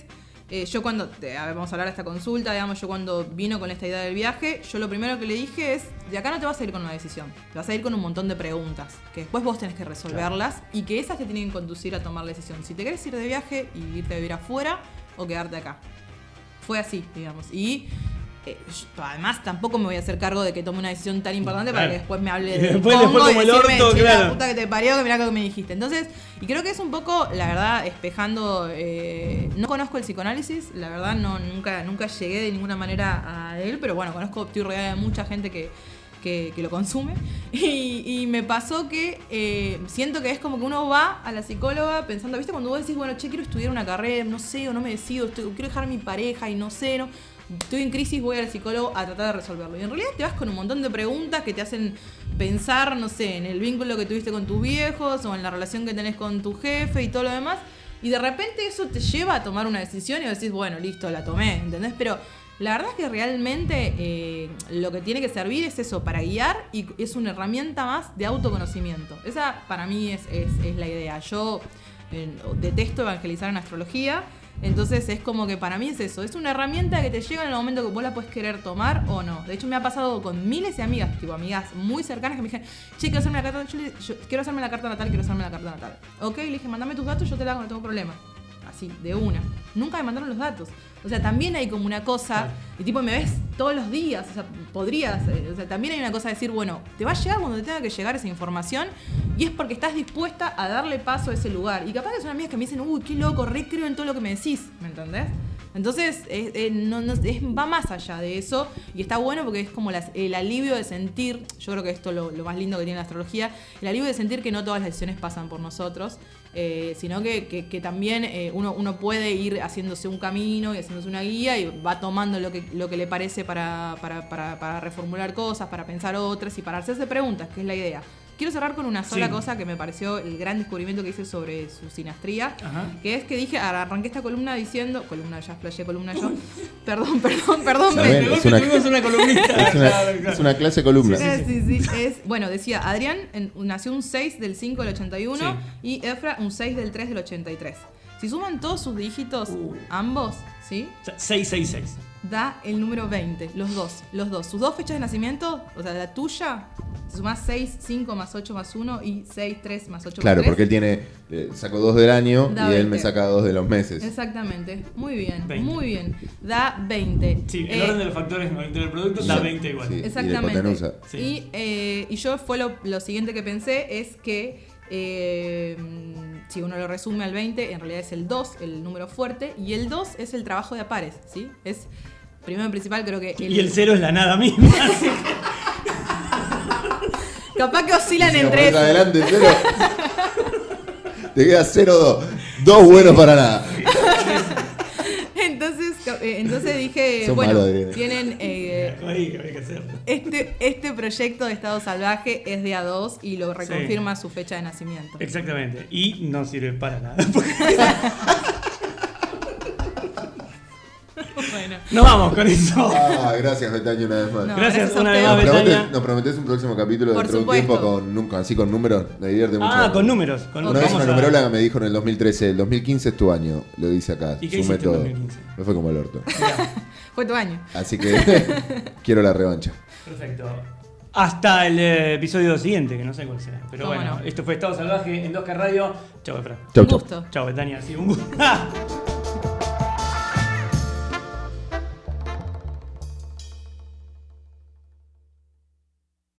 S4: eh, yo cuando, te- a ver, vamos a hablar de esta consulta, digamos, yo cuando vino con esta idea del viaje, yo lo primero que le dije es, de acá no te vas a ir con una decisión, te vas a ir con un montón de preguntas, que después vos tenés que resolverlas y que esas te tienen que conducir a tomar la decisión. Si te querés ir de viaje y irte a vivir afuera o quedarte acá. Fue así, digamos. Y... eh, yo- además, tampoco me voy a hacer cargo de que tome una decisión tan importante para
S3: Claro.
S4: que después me hable
S3: Y
S4: de
S3: después- después como el orto, claro.
S4: puta que te parió, que mirá lo que me dijiste. Entonces, y creo que es un poco, la verdad, espejando. eh, no conozco el psicoanálisis, la verdad, no, nunca, nunca llegué de ninguna manera a él, pero bueno, conozco, estoy rodeada de mucha gente que. que- que lo consume y, y me pasó que eh, siento que es como que uno va a la psicóloga pensando, viste, cuando vos decís, bueno, che, quiero estudiar una carrera, no sé, o no me decido, estoy- quiero dejar mi pareja y no sé, no, estoy en crisis, voy al psicólogo a tratar de resolverlo. Y en realidad te vas con un montón de preguntas que te hacen pensar, no sé, en el vínculo que tuviste con tus viejos o en la relación que tenés con tu jefe y todo lo demás. Y de repente eso te lleva a tomar una decisión y decís, bueno, listo, la tomé, ¿entendés? Pero la verdad es que realmente eh, lo que tiene que servir es eso, para guiar y es una herramienta más de autoconocimiento. Esa para mí es, es- es la idea. Yo eh, detesto evangelizar en astrología, entonces es como que para mí es eso, es una herramienta que te llega en el momento que vos la puedes querer tomar o no. De hecho me ha pasado con miles de amigas, tipo amigas muy cercanas que me dijeron, che, quiero hacerme la carta, yo le- yo quiero hacerme la carta natal, quiero hacerme la carta natal. Ok, le dije, mandame tus datos, yo te la hago, no tengo problema. Así, de una. Nunca me mandaron los datos. O sea, también hay como una cosa, y tipo, me ves todos los días, o sea, podrías, eh, o sea, también hay una cosa de decir, bueno, te va a llegar cuando te tenga que llegar esa información, y es porque estás dispuesta a darle paso a ese lugar. Y capaz que son amigas que me dicen, uy, qué loco, re creo en todo lo que me decís, ¿me entendés? Entonces, es- eh, no- no- es- va más allá de eso, y está bueno porque es como las- el alivio de sentir, yo creo que esto es lo, lo más lindo que tiene la astrología, el alivio de sentir que no todas las decisiones pasan por nosotros, eh, sino que, que- que también eh, uno, uno puede ir haciéndose un camino y haciéndose una guía y va tomando lo que, lo que le parece para, para- para- para reformular cosas, para pensar otras y para hacerse preguntas, que es la idea. Quiero cerrar con una sola
S3: Sí.
S4: cosa que me pareció el gran descubrimiento que hice sobre su sinastría,
S3: Ajá.
S4: que es que dije, arranqué esta columna diciendo, columna ya, flashé columna yo, perdón, perdón, perdón,
S2: Está bien,
S4: me-
S2: es una-
S3: tuvimos una columnista.
S2: Es una,
S3: Claro, claro.
S2: es una clase de columna.
S4: Sí, sí, es- bueno, decía, Adrián en- nació un 6 del 5 del 81 y Efra un 6 del 3 del 83. Si suman todos sus dígitos,
S3: Uh.
S4: ambos, ¿sí?
S3: 666.
S4: Da el número 20, los dos, los dos. Sus dos fechas de nacimiento, o sea, la tuya, si sumás 6, 5 más 8 más 1 y 6, 3 más 8
S2: Claro,
S4: más 3.
S2: porque él tiene. eh, saco dos del año
S4: Da
S2: y él me
S4: 20.
S2: saca dos de los meses.
S4: Exactamente, muy bien,
S3: 20.
S4: muy bien. Da 20.
S3: Sí, el
S4: Eh,
S3: orden de los factores en el producto
S2: Sí.
S3: da 20 igual.
S2: Sí.
S4: Exactamente.
S2: Y la hipotenusa.
S3: Sí.
S4: Y, eh, y yo fue lo, lo siguiente que pensé es que eh, si uno lo resume al 20, en realidad es el 2, el número fuerte, y el 2 es el trabajo de a pares, ¿sí? Es primero y principal creo que
S3: Y el cero es la nada misma.
S4: capaz que oscilan
S2: Si lo
S4: entre
S2: pones
S4: eso.
S2: adelante, cero. Te queda 0-2. Dos buenos para nada.
S4: Entonces, ca- eh, entonces dije,
S2: Son
S4: bueno,
S2: malos, Adriana.
S4: tienen eh,
S3: Ahí, había que hacerlo.
S4: este, este proyecto de Estado Salvaje es de A2 y lo reconfirma su fecha de nacimiento.
S3: Exactamente. Y no sirve para nada.
S4: Bueno,
S3: No vamos con eso.
S2: Ah, gracias, Betaño, una vez más.
S4: No,
S3: Gracias
S4: gracias a
S3: una vez más,
S2: ¿Nos
S4: ustedes.
S2: prometes,
S3: Betania.
S2: nos prometes un próximo capítulo
S4: Por
S2: dentro de un
S4: supueco.
S2: tiempo con, nunca así con números? Me divierte mucho.
S3: Ah, con números. Con
S2: Una vez
S3: vamos
S2: una
S3: a-
S2: numeróloga me dijo en el 2013, el 2015 es tu año, lo dice acá,
S3: ¿Y qué
S2: su
S3: hiciste en
S2: método.
S3: 2015?
S2: Me fue como el orto.
S4: Fue tu año.
S2: Así que quiero la revancha.
S3: Perfecto. Hasta el eh, episodio siguiente, que no sé cuál será. Pero
S4: ¿Cómo
S3: bueno,
S4: no?
S3: esto fue Estado Salvaje en 2K Radio. Chau, Efra.
S2: Chau,
S4: Un
S2: chau.
S4: gusto.
S3: Chau, Betania. Sí, un gusto.